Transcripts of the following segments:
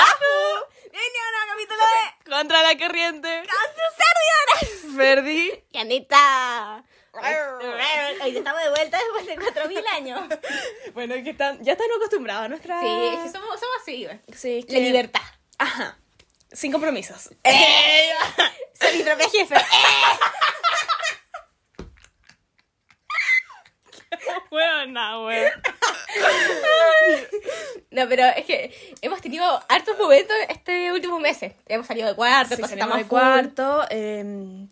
¡Oahu! Bienvenido a un nuevo capítulo de Contra la corriente. Con sus servidores. Perdí. Y Anita. Hoy estamos de vuelta después de 4000 años. Bueno, es que están, ya están acostumbrados a nuestra. Sí, es que somos, somos así. güey. Sí, es La que- libertad. Ajá. Sin compromisos. Eh. Soy mi propia jefe. Buena, weón. No, pero es que hemos tenido hartos momentos este últimos meses. Hemos salido de cuarto, Sí, entonces salimos de full. cuarto. eh,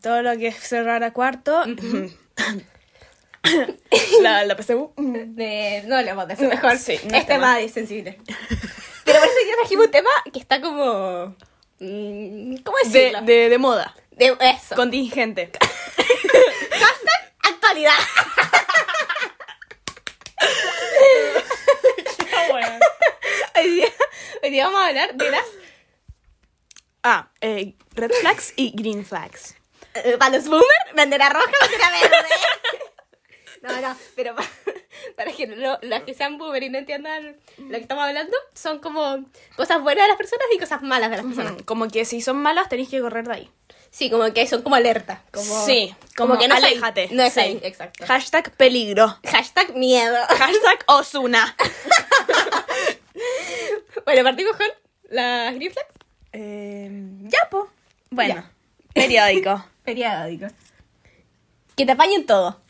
todo lo que es cerrar a cuarto. la, la PCU. De- no hablemos de eso mejor. Sí, no es es tema. tema de sensible. Pero por eso ya trajimos un tema que está como. mm, ¿Cómo De, decirlo? de, de moda. de eso. Contingente. Hashtag actualidad. Hoy día, hoy día vamos a hablar de las Ah, eh, red flags y green flags. eh, para los boomers, bandera roja, bandera verde. No, no, pero pa- para que no, las que sean boomer y no entiendan lo que estamos hablando, son como cosas buenas de las personas y cosas malas de las personas. Como que si son malas tenéis que correr de ahí. Sí, como que son como alerta. Como, sí, como, que no es ahí, aléjate. no es sí. ahí, exacto. Hashtag peligro. Hashtag miedo. Hashtag Osuna. Bueno, partimos con las green flags. Em, ya, po. Bueno, periódico. Periódicos. Que te apañen todo.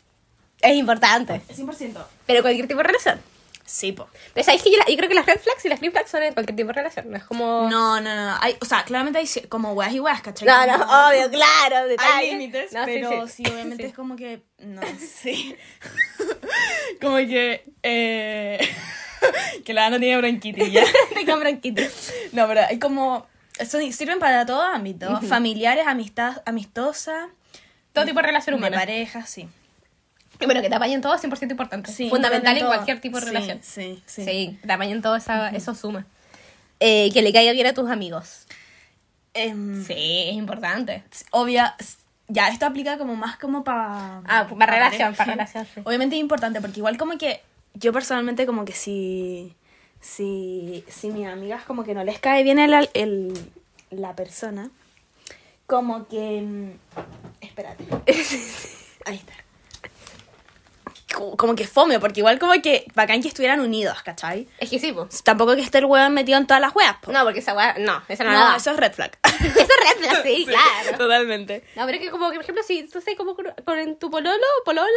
Es importante. 100%. Pero cualquier tipo de relación. Sí, po. Pero sabéis que yo, la- yo creo que las red flags y las green flags son en cualquier tipo de relación. No es como. No, no, no. Hay, o sea, claramente hay ci- como weas y weas, ¿cachai? No, no, Como- obvio, claro, Hay detalles. límites, No, sí, pero sí, sí. obviamente Sí. es como que. No, sí. como que. eh, que la no tiene bronquitis ya. Tengo bronquitis. No, pero hay como. son- sirven para todo ámbito: familiares, amistad, amistosa, Todo tipo de relación de humana. pareja, sí. Y bueno, que te apañen todo es 100% importante. Sí, Fundamental todo. en cualquier tipo de Sí, relación. Sí, sí. Sí, te apañen todo, esa- eso suma. Eh, que le caiga bien a tus amigos. Em, Sí, es importante. s- Obvia. s- Ya, esto aplica como más como para... Ah, pa' relación, pa' relación, sí. Obviamente es importante, porque igual como que... Yo personalmente como que si... Si, si mis amigas como que no les cae bien el, al- el- la persona, como que... mm, Espérate. Ahí está. Co- Como que fome, porque igual como que bacán que estuvieran unidos, ¿cachai? Es que sí, po. Tampoco que esté el hueón metido en todas las weas, po. No, porque esa weá. No, esa no, No, la- eso es red flag. Eso es red flag, sí, claro. Totalmente. No, pero es que como que, por ejemplo, si tú sabes como con con tu pololo, polola,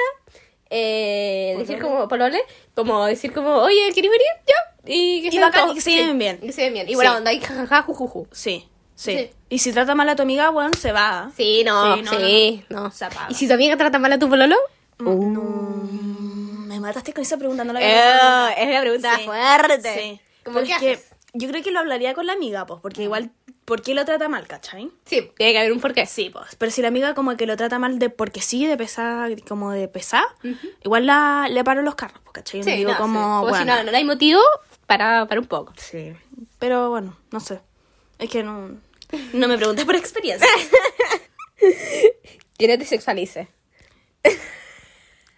eh, decir Pololo. como polole, como decir como, oye, ¿quieres venir? Yo. Y que, Y estén bacán, todos- y que se lleven bien. Y que se lleven bien. Y Sí. bueno, onda, y jajaja, jujuju. Sí, sí, Sí. Y si trata mal a tu amiga, bueno, se va. Sí, no, Sí, sí, no, no. Se apaga. ¿Y si tu amiga trata mal a tu pololo? Mm. Me mataste con esa pregunta, no la había Eh, es la pregunta Sí. fuerte. Sí. Como, Pero ¿qué es que haces? Ah. yo creo que lo hablaría con la amiga, pues, porque igual, ¿por qué lo trata mal, cachai? Sí, tiene que haber un porqué. Sí, pues. Pero si la amiga como que lo trata mal de porque sí, de pesar, como de pesar, igual la, le paro los carros, pues, cachai. Sí, digo no, como, sí. Como si bueno. no, no hay motivo para, para un poco. Sí. Pero bueno, no sé. Es que no, no me preguntes por experiencia. Que no te sexualice.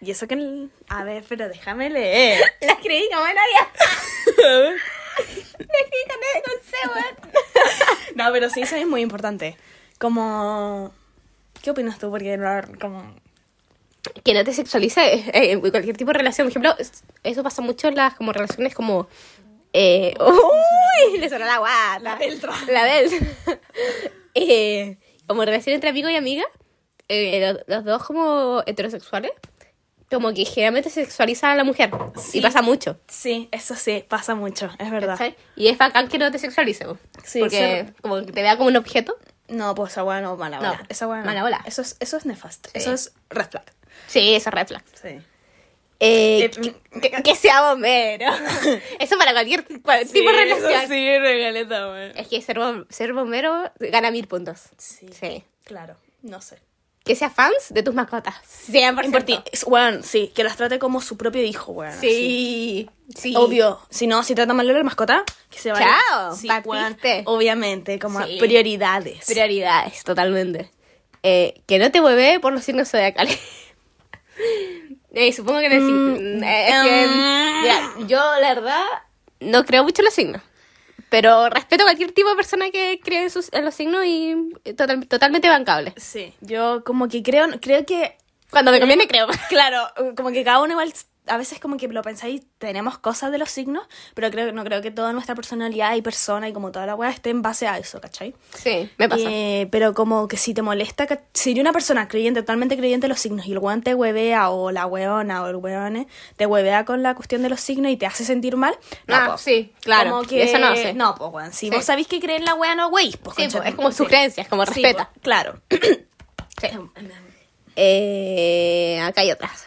y eso que... el- A ver, pero déjame leer. Las creí como en había. Las creí con el consejo. No, pero sí, eso es muy importante. Como... ¿Qué opinas tú? Porque no, como... que no te sexualiza eh, eh, en cualquier tipo de relación. Por ejemplo, es- eso pasa mucho en las como relaciones como... eh, ¡Uy! Le sonó la guata. La beltra. La beltra. Eh, como relación entre amigo y amiga, eh, lo- los, dos como heterosexuales, como que generalmente se sexualiza a la mujer. Sí. Y pasa mucho. Sí, eso sí, pasa mucho, es verdad. ¿cachai? Y es bacán que no te sexualice. po. Sí, porque como que te vea como un objeto. No, pues esa hueá no, mala No, bola. esa hueá no. mala bola. Eso es, eso es nefasto. Sí. Eso es red flag. Sí, esa red flag. Sí. Eh, Eh, que- que, que sea bombero. eso para cualquier tipo Eh, de relación. sí, regaleta, güey. Es que ser, bom- ser bombero gana mil puntos. Sí. Sí. Claro, no sé. Que seas fans de tus mascotas. 100%. Importante. Bueno, sí, que las trate como su propio hijo, güey. Sí. Sí. Ah, Obvio, si no, si trata mal a la mascota, que se vaya. Chao, sí, partiste. weón, Obviamente, como Sí. prioridades. Prioridades, totalmente. Eh, que no te mueve por los signos zodiacales. Eh, supongo que decir. Mm, eh, es que, mm. mira, yo la verdad no creo mucho en los signos. Pero respeto a cualquier tipo de persona que cree en, sus, en los signos y total- totalmente bancable. Sí, yo como que creo, creo que, Cuando me conviene, creo. claro, como que cada uno igual, a veces como que lo pensáis, tenemos cosas de los signos, pero creo no creo que toda nuestra personalidad y persona y como toda la weá esté en base a eso, ¿cachai? Sí, me pasa. Eh, pero como que si te molesta, ca- si una persona creyente, totalmente creyente de los signos, y el weón te huevea, o la weona, o el weone, te huevea con la cuestión de los signos y te hace sentir mal, no, Ah, po. sí, claro. Como que- Eso no, sí. No, pues weón, si Sí. vos sabéis que creen la wea, no weís, pues Sí, concha po, tu- es como sus sí. creencias, como Sí, respeta. po, claro. Sí. Eh, acá hay otras.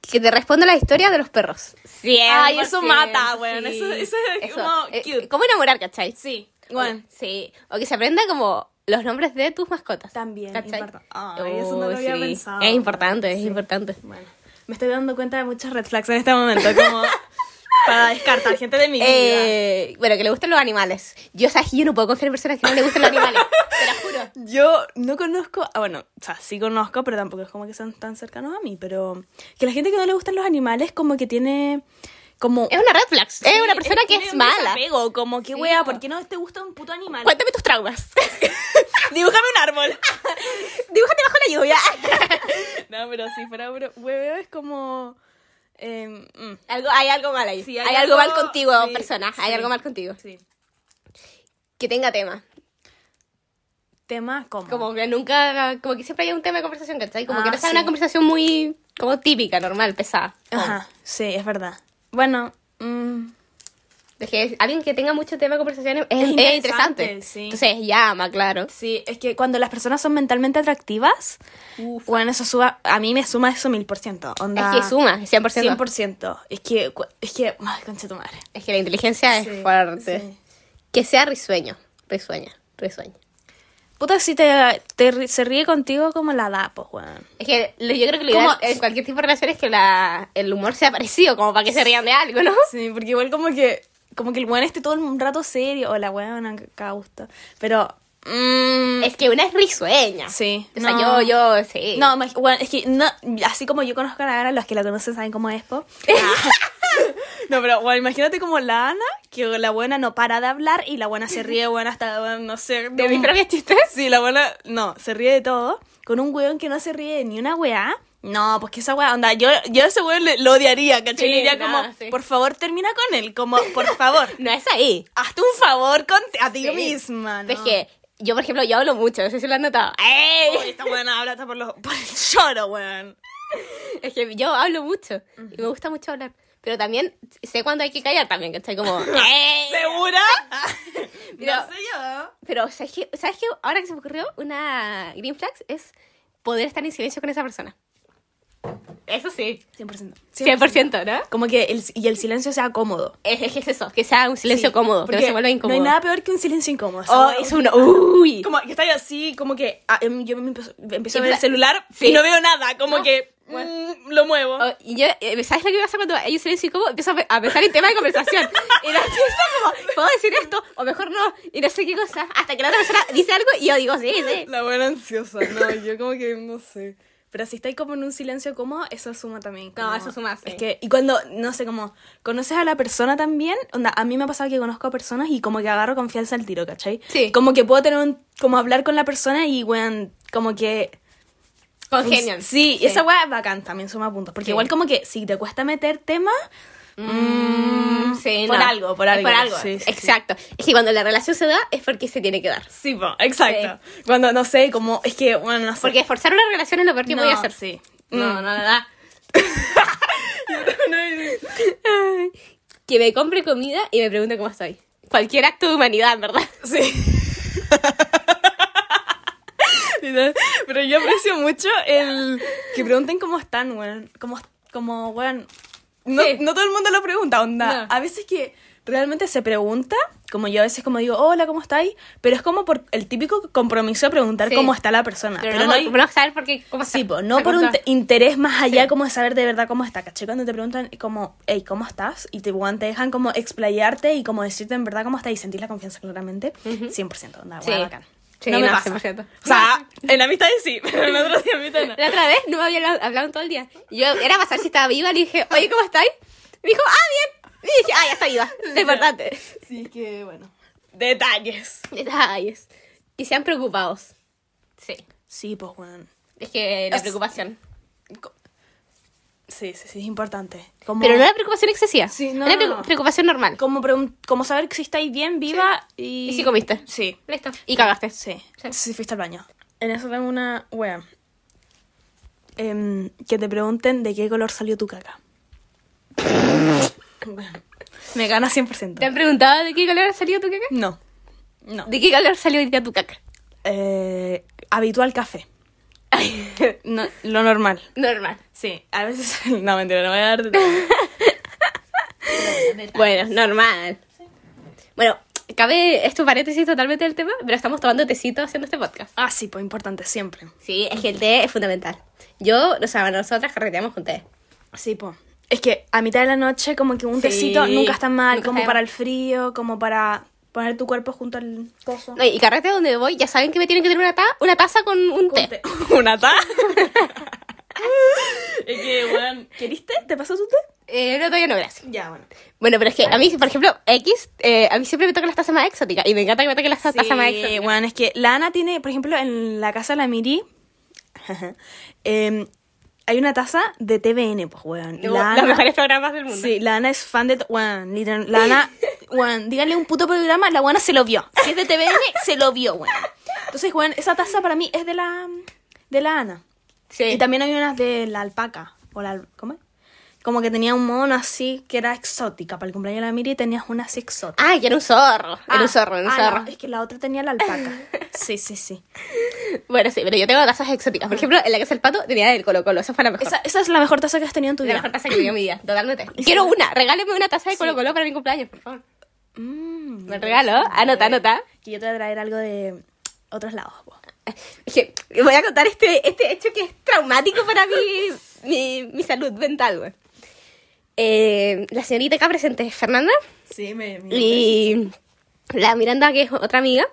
Que te responda la historia de los perros. Sí, Ay, eso mata, weón. Eso- eso es como cute. ¿Cómo eh, enamorar, cachai? Sí, Bueno, bueno. sí. O que se aprenda como los nombres de tus mascotas. También, ¿cachai? importa- Ay, eso no lo Uy, había sí. pensado. Es importante, es importante. Bueno, me estoy dando cuenta de muchas red flags en este momento, como para descartar gente de mi vida. Eh, bueno, que le gustan los animales. Yo, sabes, yo no puedo confiar en personas que no le gustan los animales. te lo juro. Yo no conozco, ah, bueno, o sea, sí conozco, pero tampoco es como que sean tan cercanos a mí, pero que la gente que no le gustan los animales como que tiene como Es una red flag. es una Sí, persona que tiene es un mala. desapego, como que Sí, wea, no. ¿por qué no te gusta un puto animal? Cuéntame tus traumas. Dibújame un árbol. Dibújate bajo la lluvia. no, pero si fuera bro- hueveo es como eh, mm, algo, hay algo mal ahí. Sí, hay, algo mal contigo, sí, persona. sí. Hay algo mal contigo. sí. Que tenga tema. Tema como Como que nunca, como que siempre hay un tema de conversación, ¿cachai? Como que Ah, no sea sí. una conversación muy, como típica, normal, pesada. Ajá, sí, es verdad. Bueno, mm, Es que alguien que tenga mucho tema de conversación es, es interesante, interesante. sí. Entonces llama, claro. sí, es que cuando las personas son mentalmente atractivas, bueno, eso suba, a mí me suma eso mil por ciento. Onda, Es que suma, 100%. 100%. Es que, cu- es que, ay, concha tu madre. Es que la inteligencia Sí, es fuerte. sí. Que sea risueño, risueña, risueña. Puta, si te, te ri- se ríe contigo como la da, pues, weón. Es que lo- yo creo que lo Como- ideal en cualquier tipo de relación es que la, el humor sea parecido, como para que se rían de algo, ¿no? Sí, porque igual como que, como que el weón esté todo un rato serio, o la weona, que- cada gusto. Pero, mm, Es que una es risueña. Sí. O sea, No. yo, yo, sí. No, imag- bueno, es que no, así como yo conozco a la Ana, los que la conocen saben cómo es, po. no, pero bueno, imagínate como la Ana, que la buena no para de hablar y la buena se ríe, buena hasta, bueno, no sé. ¿De mis un- propios chistes? Sí, la buena, no, se ríe de todo. Con un weón que no se ríe de ni una weá. No, pues que esa weá, onda, yo, yo a ese weón le- lo odiaría, ¿cachai? Sí, Le diría no, como, sí. por favor, termina con él, como, por favor, No es ahí. hazte un favor con a ti Sí. misma, Ah, ¿no? Es que yo, por ejemplo, yo hablo mucho, no sé si lo han notado. ¡Ey! Uy, esta buena habla hasta por, los, por el lloro, weón. Es que yo hablo mucho y me gusta mucho hablar. Pero también sé cuándo hay que callar también, ¿cachai? Como, ¡Ey! ¿Segura? Mira. no sé yo. Pero, ¿sabes qué? ¿sabes qué? Ahora que se me ocurrió, una green flag es poder estar en silencio con esa persona. Eso sí. 100%. 100%, ¿no? Como que el, y el silencio sea cómodo. Es, es que es eso, que sea un silencio Sí, cómodo, que porque no se vuelva incómodo. No hay nada peor que un silencio incómodo. Oh, ¿sabes? es uno. ¡Uy! Como que estáis así, como que ah, em, yo me empiezo, empiezo a ver el Infla- celular Sí. y no veo nada. Como No. que mm, lo muevo. Oh, y yo, eh, ¿sabes lo que pasa cuando hay un silencio incómodo? Empiezo a pe- a pensar en tema de conversación. Y la pienso como, ¿puedo decir esto? O mejor no. Y no sé qué cosa. Hasta que la otra persona dice algo y yo digo, sí, sí. La buena ansiosa. No, yo como que no sé. Pero si estáis como en un silencio cómodo, eso suma también. No, como- eso suma, sí. Es que, y cuando, no sé, como conoces a la persona también, onda, a mí me ha pasado que conozco a personas y como que agarro confianza al tiro, ¿cachai? Sí. Como que puedo tener un, como hablar con la persona y, weón, como que... Congenial. Sí, y esa weá es bacán, también suma puntos. Porque Sí. igual como que si te cuesta meter tema, Mm, sí, por no. algo, por Es algo. Por algo. Sí, sí, sí. Exacto. Es que cuando la relación se da es porque se tiene que dar. sí, po, exacto. Cuando, no sé, como, es que, bueno, no sé. Porque forzar una relación es lo peor que No, podía hacer. sí. No, Mm. no, la da. Ay, que me compre comida y me pregunte cómo estoy. Cualquier acto de humanidad, en verdad. Sí. Literal. Pero yo aprecio mucho el que pregunten cómo están, weón. Cómo, cómo weón. No, Sí. no todo el mundo lo pregunta, onda. No. A veces que realmente se pregunta, como yo a veces como digo, hola, ¿cómo estáis? Pero es como por el típico compromiso de preguntar Sí. cómo está la persona. Pero, Pero no, hay- por- no saber por qué, cómo Sí, está. po, no Se por un corta. te- interés más allá como de saber de verdad cómo está, ¿cachai? Cuando te preguntan como, hey, ¿cómo estás? Y te, weón, te dejan como explayarte y como decirte en verdad cómo estás y sentir la confianza claramente, 100%, onda, Sí. weón, bacán. Sí, no me no, pasa. 100%. O sea, en amistades sí, pero en otros días amistades no. La otra vez no me había hablado, hablado en todo el día. Y Yo era para saber si estaba viva, le dije, oye, ¿cómo estáis? Me dijo, ah, bien. Y dije, ah, ya está viva. Lo importante. Sí, es que bueno. Detalles. Detalles. Y sean preocupados. Sí. Sí, pues bueno. Es que la Es- preocupación. Sí, sí, sí, es importante. Como, Pero no la preocupación excesiva. Sí, no, Era no, preocu- no. preocupación normal. como, pregun- como saber que si estáis bien, viva y... Y si comiste. Sí. Listo. Y cagaste. Sí. Sí. Si fuiste al baño. En eso tengo una wea. Em, que te pregunten de qué color salió tu caca. Bueno, me gana 100%. ¿Te han preguntado de qué color salió tu caca? No. No. ¿De qué color salió hoy día tu caca? Eh, habitual café. No, lo normal. Normal. Sí, a veces. No, mentira, no voy a dar. Bueno, normal. Bueno, cabe estos paréntesis totalmente del tema, pero estamos tomando tecito haciendo este podcast. Ah, sí, pues importante, siempre. Sí, es que el té es fundamental. Yo, o sea, nosotras carreteamos con té. Sí, pues. Es que a mitad de la noche, como que un Sí, tecito nunca está mal, nunca como está para mal. el frío, como para poner tu cuerpo junto al coso. No, y carrete donde voy, ya saben que me tienen que tener una, ta- una taza con un té. ¿Una ta? es que, weón. ¿Queriste? ¿Te pasó tu té? Eh, no, todavía no, gracias. Ya, bueno. Bueno, pero es que a mí, por ejemplo, X, eh, a mí siempre me tocan las tazas más exóticas. Y me encanta que me toquen las Sí, tazas más exóticas. weón, es que la Ana tiene, por ejemplo, en la casa de la Miri. em, hay una taza de TVN, pues, weón. Tengo La los Ana- mejores programas del mundo. Sí, la Ana es fan de. t- Weón, literal. La Ana. Weón, díganle un puto programa, la Ana se lo vio. Si es de TVN, se lo vio, weón. Entonces, weón, esa taza para mí es de la. De la Ana. Sí. Y también había unas de la alpaca. O la, al- ¿Cómo es? Como que tenía un mono así que era exótica. Para el cumpleaños de la Miri tenías una así exótica. Ah, que era un zorro. era un zorro, era un ah, zorro. no, es que la otra tenía la alpaca. Sí, sí, sí. Bueno, sí, pero yo tengo tazas exóticas. Por ejemplo, en la casa del pato tenía el Colo Colo. Esa fue la mejor. Esa, esa es la mejor taza que has tenido en tu la vida. mejor taza que vi en mi vida. Totalmente. Quiero una. Regáleme una taza de Colo Colo para mi cumpleaños, por favor. Mm, Me regalo. Anota, anota. que yo te voy a traer algo de otros lados. po. Es que voy a contar este, este hecho que es traumático para mi, mi, mi salud mental, güey. Eh, la señorita acá presente es Fernanda Sí, me. me- y la Miranda, que es otra amiga.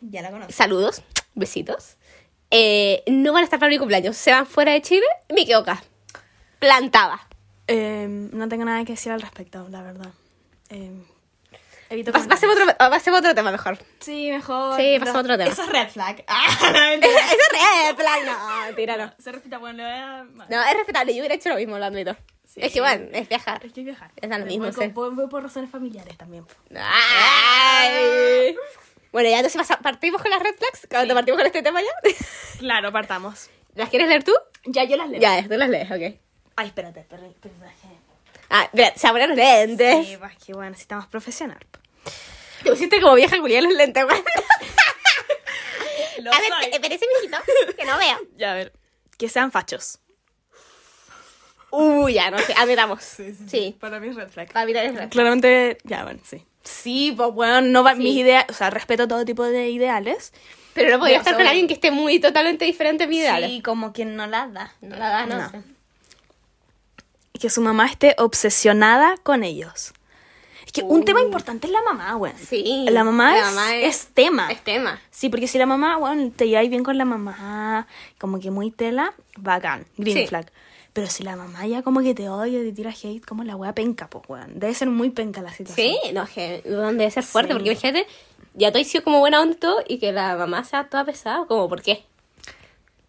Ya la conozco. Saludos, besitos. Eh, no van a estar para mi cumpleaños. Se van fuera de Chile, me quedo acá. Plantada. Eh, no tengo nada que decir al respecto, la verdad. Eh, evito Pas- comentarios. pasemos, otro, pasemos otro tema mejor. Sí, mejor. Sí, pero- pasemos a otro tema. Eso es red flag. Ah, no, Eso mentira. es re- eh, plan, no, mentira, no. Se respeta, bueno, le voy a- bueno, No, es respetable, yo hubiera hecho lo mismo, lo admito. Sí. Es que bueno, es viajar. Es que viajar. Es da lo Voy mismo, con- sí. voy, voy por razones familiares también. po. Ay. Bueno, ya entonces pasa- partimos con las red flags. Cuando partimos con este tema ya. Claro, partamos. ¿Las quieres leer tú? Ya, yo las leo. Ya, tú las lees, ok. Ay, espérate, espérate. espérate. Ah, mira, se abren los lentes. Sí, pues, que bueno, si está más profesional. po. Te pusiste como vieja culiada en los lentes, güey. Lo A ver, eh, soy. pe- espérese, mijito, que no veo. Ya, a ver. Que sean fachos. Uh, ya, no sé, admitamos. Sí, Para mí es red flag. Para mí también es red flag. Claramente, ya, bueno, sí. Ah. Sí, pues bueno, no va, Sí. mis ideas, o sea, respeto todo tipo de ideales. Pero no podía Pero estar con seguro. alguien que esté muy totalmente diferente a mi ideal. Sí, como que no las da. No la da, no, No. sé. Que su mamá esté obsesionada con ellos. Es que un tema importante es la mamá, weón. Sí. Uh. La mamá, La es, mamá es- es tema. Es tema. Sí, porque si la mamá, bueno, te lleváis bien con la mamá, como que muy tela, bacán, green Sí. flag. Pero si la mamá ya como que te odia, te tira hate, como la wea penca, pues, weón. Debe ser muy penca la situación. Sí, no, es que weón, debe ser fuerte, Sí. porque imagínate, ya te sido como buena onda y todo, y que la mamá sea toda pesada, como, ¿por qué?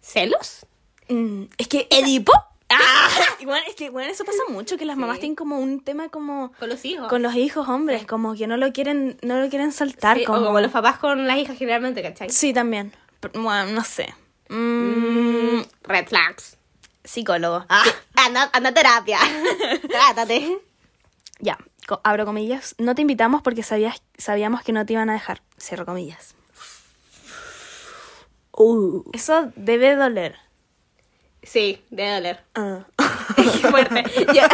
¿Celos? Mm, es que Edipo. ¡Ah! Igual, es que, bueno, eso pasa mucho, que las mamás tienen como un tema como Con los hijos. con los hijos hombres, como que no lo quieren, no lo quieren soltar. Sí, como... O como los papás con las hijas generalmente, ¿cachai? Sí, también. Pero, Bueno, no sé. Mm, Red flags. psicólogo. Sí, Anda, anda a terapia. Trátate. Ya, co- abro comillas. No te invitamos porque sabías, sabíamos que no te iban a dejar. Cierro comillas. Uh. Eso debe doler. Sí, debe doler. Ah. Qué fuerte. Ya.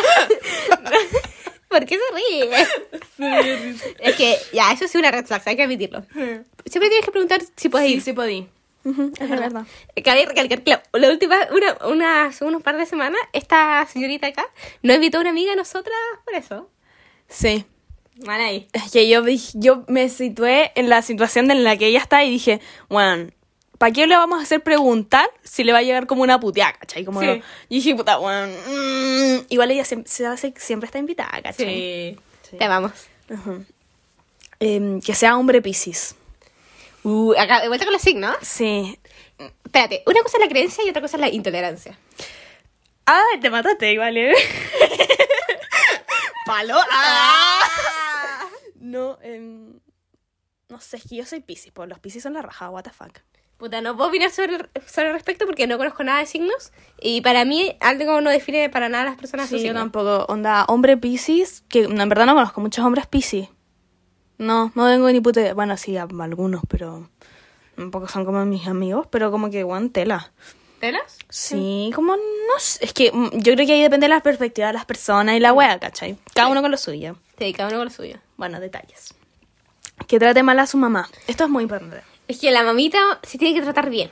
¿Por qué se ríe? es que, ya, eso sí es una red flag, hay que admitirlo. Siempre tienes que preguntar si puedes ir. Eh, sí podí. Ujú, es verdad. Cabe recalcar que la, la última, una, una- hace unos par de semanas, esta señorita acá nos invitó a una amiga a nosotras por eso. Sí. Mal ahí. Es que yo, dij- yo me situé en la situación en la que ella está y dije, bueno, ¿para qué le vamos a hacer preguntar si le va a llegar como una puteada, cachai? Como Sí. Y dije, puta, bueno, mm, igual ella siem- se hace- siempre está invitada, cachai. Sí. Sí. Te amamos. Ajá. Em, que sea hombre piscis. Uh, acá, de vuelta con los signos. Sí. Espérate, una cosa es la creencia y otra cosa es la intolerancia. Ah, te mataste igual, ¿eh? ¡Palo! ¡Ah! No, em, no sé, es que yo soy piscis, pues los piscis son la raja, what the fuck. Puta, no puedo opinar sobre, el- sobre el respecto porque no conozco nada de signos. Y para mí, algo no define para nada a las personas. su Sí, yo signo. tampoco. Onda, hombre piscis, que no, en verdad no conozco muchos hombres piscis. No, no tengo ni puta idea. Bueno, sí, a- algunos, pero tampoco son como mis amigos, pero como que guantela. ¿Telas? Sí, como no sé. Es que mm, yo creo que ahí depende de la perspectiva de las personas y la wea, ¿cachai? Cada uno con lo suyo. Sí, cada uno con lo suyo. Bueno, detalles. Que trate mal a su mamá. Esto es muy importante. Es que la mamita se tiene que tratar bien.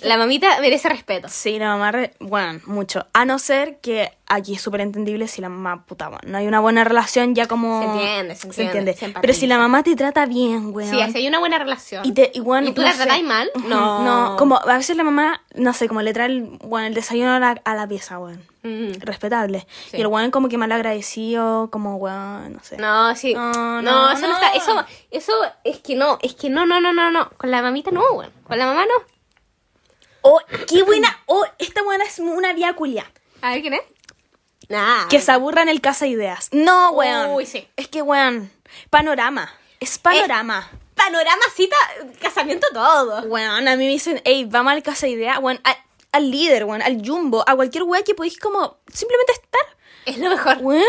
La mamita merece respeto. Sí, la mamá, re- bueno, mucho. A no ser que aquí es súper entendible si la mamá, puta, bueno, no hay una buena relación ya como... Se entiende, se entiende, se empatiza. Pero si la mamá te trata bien, weón. Sí, así hay una buena relación. Y, te, y, bueno, ¿Y tú no la sé. tratáis mal? Ujú, No. No, como a veces la mamá, no sé, como le trae el, bueno, el desayuno a la, a la pieza, weón. Mm. Respetable. Sí. Y el weón como que mal agradecido, como weón, no sé. No, sí. No, No, no, eso no. no. está. Eso, eso es que no, es que no, no, no, no, no. Con la mamita no, weón. Con la mamá no. Oh, qué buena, oh, esta buena es una vía culia. A ver quién es. Nah. Que se aburra en el Casa Ideas. No, weón. Uy, sí. Es que, weón, panorama. Es panorama. panorama, cita, casamiento todo. Weón, a mí me dicen, hey, vamos al Casa Ideas, weón, a- al líder, weón, al jumbo, a cualquier weón que podéis como simplemente estar. Es lo mejor. Weón,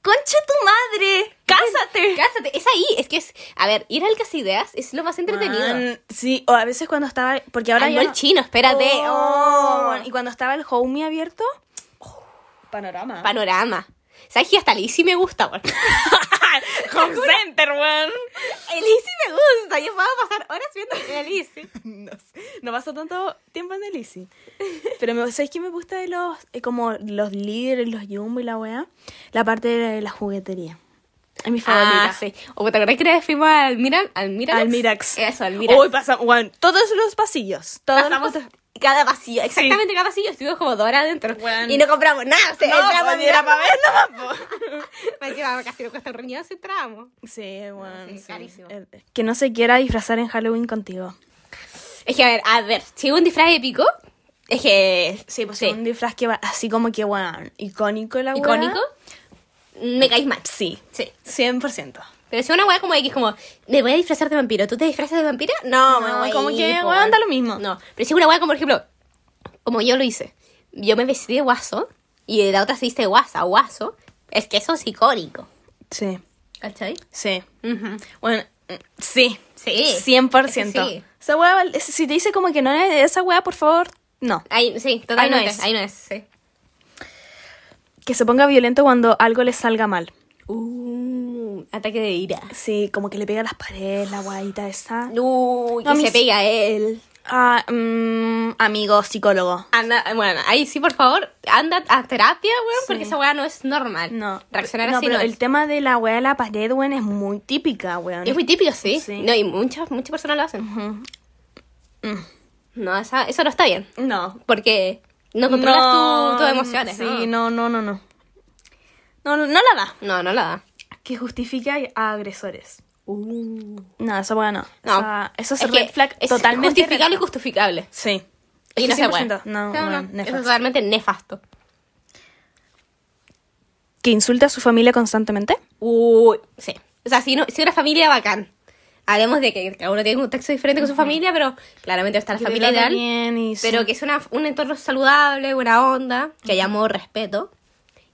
concha tu madre, cásate. Cásate, es ahí, es que es, a ver, ir al casideas es lo más entretenido. Weón, Sí, o a veces cuando estaba, porque ahora Al ya mall no- chino, espérate. Oh, Oh. weón, Y cuando estaba el homie abierto, oh, panorama. Panorama. ¿Sabes que hasta el Easy me gusta, weón? Home center, weón. El Easy me gusta, yo puedo pasar horas viendo el Easy. No, sé, no paso tanto tiempo en el Easy. Pero me, ¿sabes qué me gusta de los eh, como los líderes, los jumbo y la weá? La parte de la juguetería. Es mi favorita. Ah, sí. O te acordás que una vez fuimos al Miran, al Mirax. Al Mirax. Eso, al Mirax. Hoy pasamos, weón, todos los pasillos. Todos los Pasamos pasillos. cada pasillo, exactamente cada pasillo, estuvimos como dos horas adentro. Bueno. Y no compramos nada, o sea, No, entramos pues, ni era pa' ver, no, pa' po. Porque casi nos cuesta un riñón si entramos. Sí, weón. sí, sí. carísimo. Eh, Que no se quiera disfrazar en Halloween contigo. Es que, a ver, a ver, si hubo un disfraz épico, es que... Sí, pues Un disfraz que va así como que, weón, icónico la weá. Icónico, me caís mal. Sí, Sí. 100%. Pero si una weá como X, como, me voy a disfrazar de vampiro, ¿tú te disfrazas de vampira? No, No, me voy como que, po, weón, da lo mismo. No, pero si una weá como, por ejemplo, como yo lo hice, yo me vestí de guaso y la otra se viste de guasa, guaso, es que eso es icónico. Sí, ¿Cachai? sí. Bueno, mm, sí. Sí. 100%. Ese sí. Esa wea, val- es- si te dice como que no es de esa wea, por favor, no. Ahí, sí, totalmente. Ahí no es. es. sí. Que se ponga violento cuando algo le salga mal. Uh, ataque de ira. Sí, como que le pega a las paredes, la guaita esa. Uy, No, a que mí se sí. pega él. Ah, mm, amigo psicólogo. Anda, bueno, ahí sí, por favor, anda a terapia, weón, Sí. porque esa weá no es normal. No. Reaccionar no, así pero no el es. tema de la wea de la pared, weón, es muy típica, weón. Es muy típico, sí. Sí. No, y muchas, muchas personas lo hacen. Mm. No, esa- eso no está bien. No. Porque no controlas tu- tus emociones. Sí, no. no, no, no, no. No, no, no la da. No, no la da. Que justifica a agresores. No, esa wea no. No. Esa- Uh. eso es, Es red que flag es totalmente. Justificable y justificable. Sí. Y Es no que se puede. 100%, No, weón, es nefasto. totalmente nefasto. Que insulta a su familia constantemente. Uy, sí. O sea, si, no, si una familia bacán. Hablemos de que cada uno tiene un contexto diferente con su familia, pero claramente está la Que te familia trate ideal. bien y sí. Pero que es una- un entorno saludable, buena onda, que haya amor, respeto.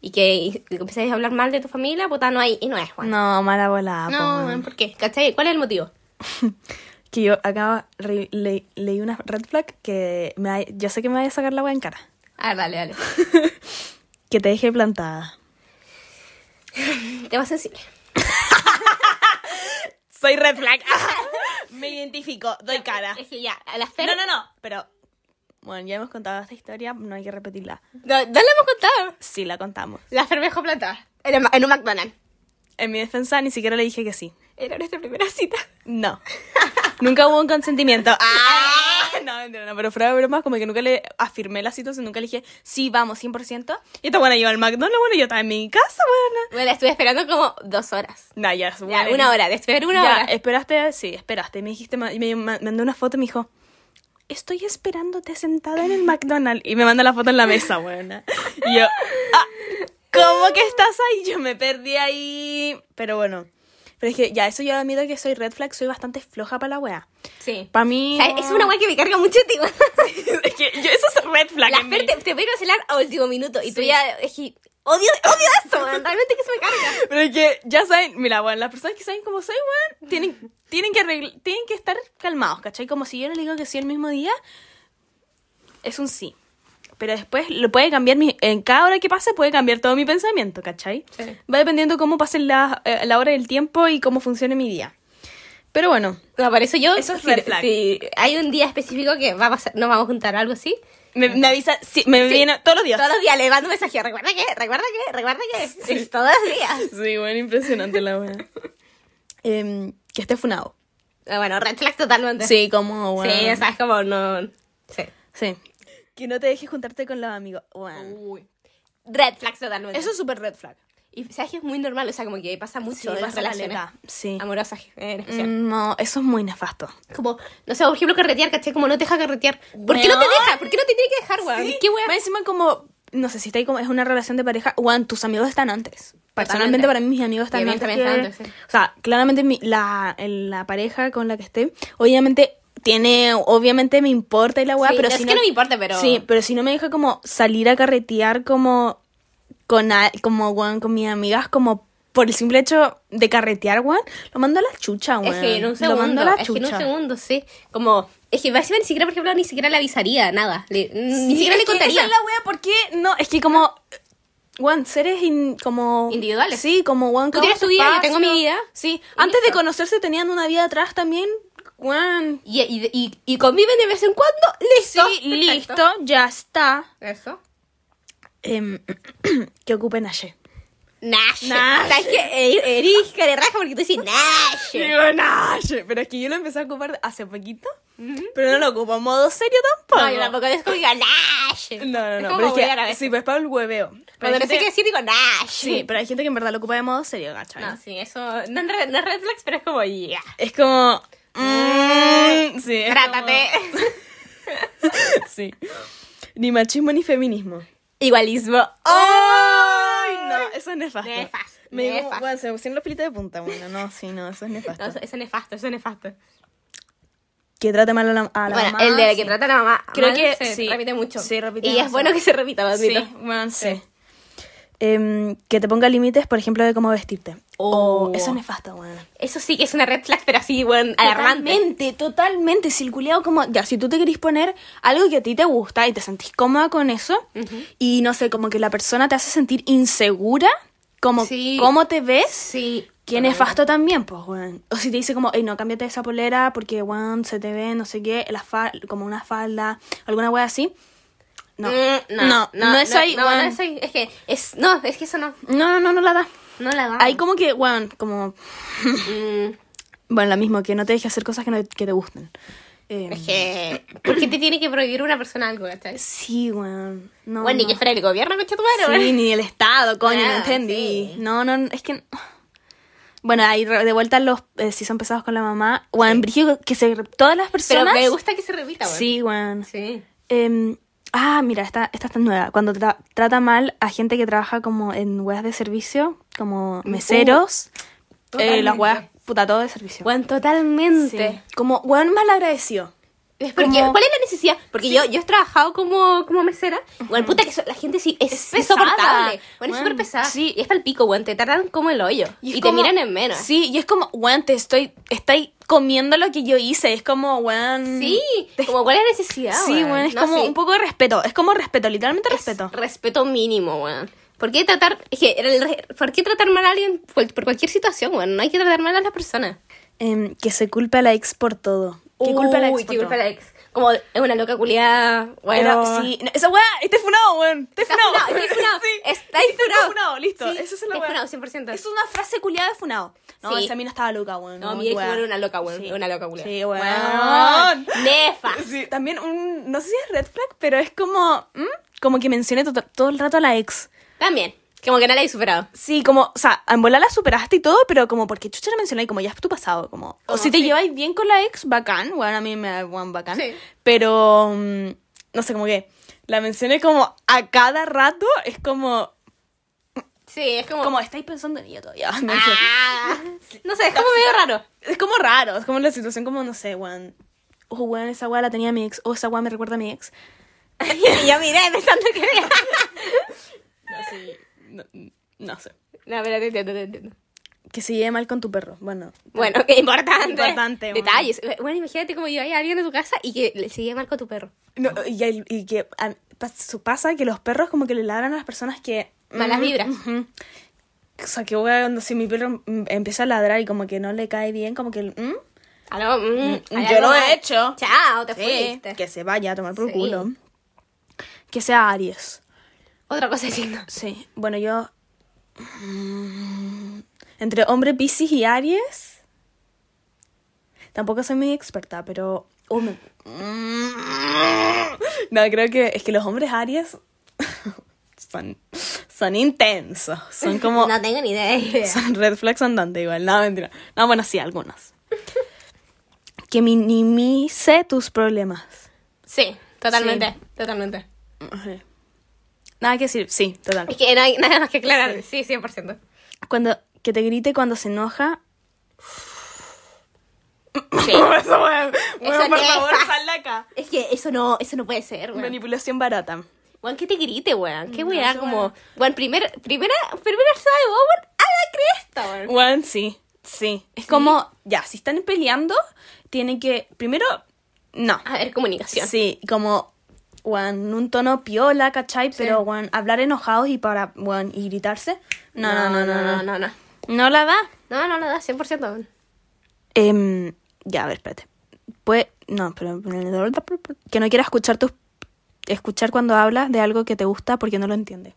Y que, y que empecéis a hablar mal de tu familia, puta, no hay. Y no es, Juan. No, mala volada. po, No, weón. ¿por qué? ¿Cachai? ¿Cuál es el motivo? Que yo acá re- le- leí una red flag que me va- yo sé que me vaya a sacar la wea en cara. A ver, dale, dale. Que te deje plantada. Tema sensible. Soy red flag. me identifico, Oh, doy cara. Es que ya, a la Fer. no, no. Pero. Bueno, ya hemos contado esta historia, no hay que repetirla. No, no la hemos contado. Sí, la contamos. La Fer me dejó plantada. En, el ma- en un McDonald's. En mi defensa ni siquiera le dije que sí. Era nuestra primera cita. No. Nunca hubo un consentimiento. Ah, no, mentira, no, pero fuera de bromas, como que nunca le afirmé la situación, nunca le dije, sí, vamos, 100%. Y esta buena lleva al McDonald's, bueno, yo estaba en mi casa, buena. Bueno, la estuve esperando como dos horas. Nah, ya, es Ya, buena. una hora, de esperar una Ya, hora. esperaste, sí, esperaste. Me dijiste, ma- y me ma- mandó una foto y me dijo, estoy esperándote sentada en el McDonald's. Y me manda la foto en la mesa, buena. Y yo, ah, ¿cómo que estás ahí? Yo me perdí ahí. Pero bueno. Pero es que ya, eso yo admito que soy red flag, soy bastante floja para la wea. Sí. Para mí. ah. O sea, es una weá que me carga mucho, tío. es que yo, eso es red flag. La en mí. Fer te, te puede cancelar a último minuto y tú Sí. ya. Es que odio, odio eso, weón. Realmente que se me carga. Pero es que ya saben, mira, bueno, las personas que saben cómo soy, weón, tienen, tienen, que arregl- tienen que estar calmados, ¿cachai? Como si yo no le digo que sí el mismo día, es un sí. Pero después lo puede cambiar, mi- en cada hora que pase puede cambiar todo mi pensamiento, ¿cachai? Sí. Va dependiendo cómo pase la, eh, la hora del tiempo y cómo funcione mi día. Pero bueno, No, por eso yo. Eso es si- red flag. si hay un día específico que va a pasar, nos vamos a juntar o algo así. me, me avisa, sí, me Sí. viene todos los días. Todos los días le mando un mensaje. Recuerda que, recuerda que, recuerda que. Es todos los días. Sí, bueno, impresionante la weá. Em, que esté funado. Ah, Bueno, red flag totalmente. Sí, como, bueno. Sí, o sea, es como no. Sí. Sí. Que no te dejes juntarte con los amigos. Bueno. Uy. Red flag totalmente. Eso es súper red flag. Y sabes que es muy normal, o sea, como que pasa mucho en las pasa relaciones caleta. Sí. amorosas eh, en especial. Mm, No, eso es muy nefasto. Como, no sé, por ejemplo, carretear, ¿cachai? Como no te deja carretear. ¿Por qué no te Weón. deja? ¿Por qué no te tiene que dejar, weón? ¿Qué weón? Más encima como, no sé, si está ahí como, es una relación de pareja, Juan, tus amigos están antes. Personalmente Totalmente. para mí mis amigos están Y a mí antes. también que- están antes, sí. O sea, claramente mi- la, el- la pareja con la que esté, obviamente tiene, obviamente me importa y la weá, Sí, pero no, si es que no me importa, pero- Sí, pero si no me deja como salir a carretear como con, a- como weón, con mis amigas, como por el simple hecho de carretear, weón, lo mando a la chucha, weón. Es que en un lo mando a segundo, la es que en un chucha. segundo, sí. Como, es que encima ni siquiera, por ejemplo, ni siquiera le avisaría nada. Le- ni Sí, siquiera es le que contaría. Esa es la wea, ¿por qué? No, es que como. Juan, seres in- como. Individuales. Sí, como Juan. Tú tienes tu vida, yo tengo mi vida. Sí, Y antes de listo. conocerse tenían una vida atrás también. Juan. Y, y, y, y conviven de vez en cuando, listo. Sí, perfecto. listo, ya está. Eso. Em, que ocupen Nash. Nash. Nash. ¿Sabes qué? Er, Eres cara de raja porque tú decís Nash. Nash, pero es que yo lo empecé a ocupar hace poquito. Pero no lo ocupo en modo serio tampoco. No, yo tampoco es como digo Nash. No, no, Es no. como pero es volver a la que, vez. sí, pues para el hueveo. Pero hay Cuando no gente sé qué que- decir, digo Nash. Sí, pero hay gente que en verdad lo ocupa de modo serio, gacha. No, sí, eso. No es red, no es red flags, pero es como, ya. Es como. mm, sí. es Trátate. como- sí. Ni machismo ni feminismo. Igualismo. Oh. ¡Ay! No, eso es nefasto. ¡Oh! Nefasto, Me digo, nefasto. bueno, se me pusieron los pelitos de punta, bueno. No, sí, no, eso es nefasto. No, eso eso es nefasto, eso es nefasto. que trate mal a la, a la bueno, mamá. el de que sí. trata la mamá. Creo mal que se sí, repite mucho. sí, repite Y es demasiado. bueno que se repita, lo admito. Sí, bueno, sí. Eh, Em, que te ponga límites, por ejemplo, de cómo vestirte. Oh. O- eso es nefasto, bueno. Eso sí que es una red flag, pero así, bueno, alarmante. Totalmente, totalmente. Si el culiao como, ya, si tú te querés poner algo que a ti te gusta y te sentís cómoda con eso, y no sé, como que la persona te hace sentir insegura, como Sí. cómo te ves, Sí. que nefasto también, pues, weón. O si te dice como, hey, no, cámbiate esa polera porque, weón, se te ve, no sé qué, la fa- como una falda, alguna wea así. No, Mm, no, no, es ahí, No, no weón. es ahí. Es que, es, no, es que eso no. no, no, no, no la da. No la da. Ahí como que, weón, como, Mm, bueno, la mismo, que no te deje hacer cosas que, no, que te gusten. Eh, es que. ¿Por qué te tiene que prohibir una persona algo, cachai? Sí, weón. No, bueno, ni no. que fuera el gobierno, coche tu madre, Sí, weón. ni el Estado, coño, no Nada, entendí. sí. No, no, no, es que. Bueno, ahí re- de vuelta los. eh, si son pesados con la mamá. Juan, que se. Todas las Pero personas. me gusta que se repita, weón. Sí, Juan. Sí. ah, mira, esta, esta está nueva. Cuando tra- trata mal a gente que trabaja como en weas de servicio, como meseros, eh, las Uh, Totalmente. weas, puta, todo de servicio. Bueno, totalmente. Sí. Como Juan malagradecido. Es porque, Como- ¿Cuál es la necesidad? Porque yo, yo he trabajado como, como mesera. Bueno, puta que so- la gente sí es, Es pesada. insoportable. Weón, Bueno, es súper pesada. sí. Sí. Y es el pico, weón. Te tratan como el hoyo. Y, es te como- miran en menos. Sí, y es como, weón, te estoy, estoy comiendo lo que yo hice. Es como, weón. Sí, como cuál es la necesidad. Sí, weón? weón, es No, como sí. un poco de respeto. Es como respeto, literalmente Es respeto. Respeto mínimo, weón. ¿Por qué tratar, es que el re- ¿Por qué tratar mal a alguien por, por cualquier situación, weón? No hay que tratar mal a las personas. Em, que se culpe a la ex por todo. Que culpe a la ex Uy, por que culpa a todo. la ex. Como es una loca culiada. Bueno, Era- sí, no, esa weá, este funado, weón. Este Está funado. funado, está funado, Sí, está este funado. funado, listo. Sí, Esa es la está weá. funado, 100%. Es una frase culiada de funado. No, Sí. esa mina estaba loca, weón. No, mi ex weá. era una loca, weón. Sí. Era Una loca culiada. Sí, weón. Nefa. Sí, también un, no sé si es red flag, pero es como, ¿m? como que mencioné to- todo el rato a la ex. También. Como que no la he superado. Sí, como, o sea, en volar la superaste y todo, pero como porque chucha la mencioné y como ya es tu pasado, como, o Como, si te sí. lleváis bien con la ex, bacán, bueno, a mí me da igual bacán, Sí. pero, mm, no sé, como que la mencioné como a cada rato, es como, Sí, es como. como estáis pensando en ella todavía, no sé. Ah. No sé, es como medio raro. Es como raro, es como la situación como, no sé, weón, oh, weón, esa weá la tenía mi ex, oh, esa weá me recuerda a mi ex. y yo miré pensando que era. No, sí, no, no sé. No, pero te entiendo, te entiendo. Que se lleve mal con tu perro. Bueno. Bueno, qué importante. Importante, bueno. Detalles. Bueno, imagínate como yo hay alguien en tu casa y que le sigue mal con tu perro. No, y, el- y que a- pas- su- pasa que los perros como que le ladran a las personas que... Malas Ujú, vibras. ujú. O sea, que voy cuando si mi perro mm, empieza a ladrar y como que no le cae bien, como que... el, mm, Aló, mm, Mm, hay yo algo lo he mal. hecho. Chao, te sí, fuiste. que se vaya a tomar por Sí. culo. Que sea Aries. Otra cosa diciendo. Sí, bueno, yo... mm, Entre hombre Pisces y Aries... Tampoco soy muy experta, pero... oh, me- mm. No, creo que es que los hombres Aries son, son intensos. Son como... No tengo ni idea. Son red flags andantes igual. No, mentira. No, bueno, sí, algunas. Que minimice tus problemas. Sí, totalmente, totalmente. Ujú. Nada que decir, sí, total. Es que no hay nada más que aclarar. Sí, 100%. Cuando que te grite cuando se enoja. Sí. Eso, weón. Weón, por no es favor, fácil. sal de acá. Es que eso no, eso no puede ser, weón. Manipulación barata. Weón, que te grite, weón. Qué No, weá, eso como. weón. Weón, primer, primera, primera alzada de huevo, weón, a la cresta, weón. Weón, sí, sí. Es como, ya, si están peleando, tienen que. Primero, no. A ver, comunicación. Sí, como weón, un tono piola, ¿cachai? Pero weón, hablar enojados y para weón, y gritarse. No, no, no, no, no. no, no. No la da. No, no, no, no, 100%. weón. Em, ya, a ver, espérate. Pues, no, pero que no quiera escuchar tus escuchar cuando hablas de algo que te gusta porque no lo entiende.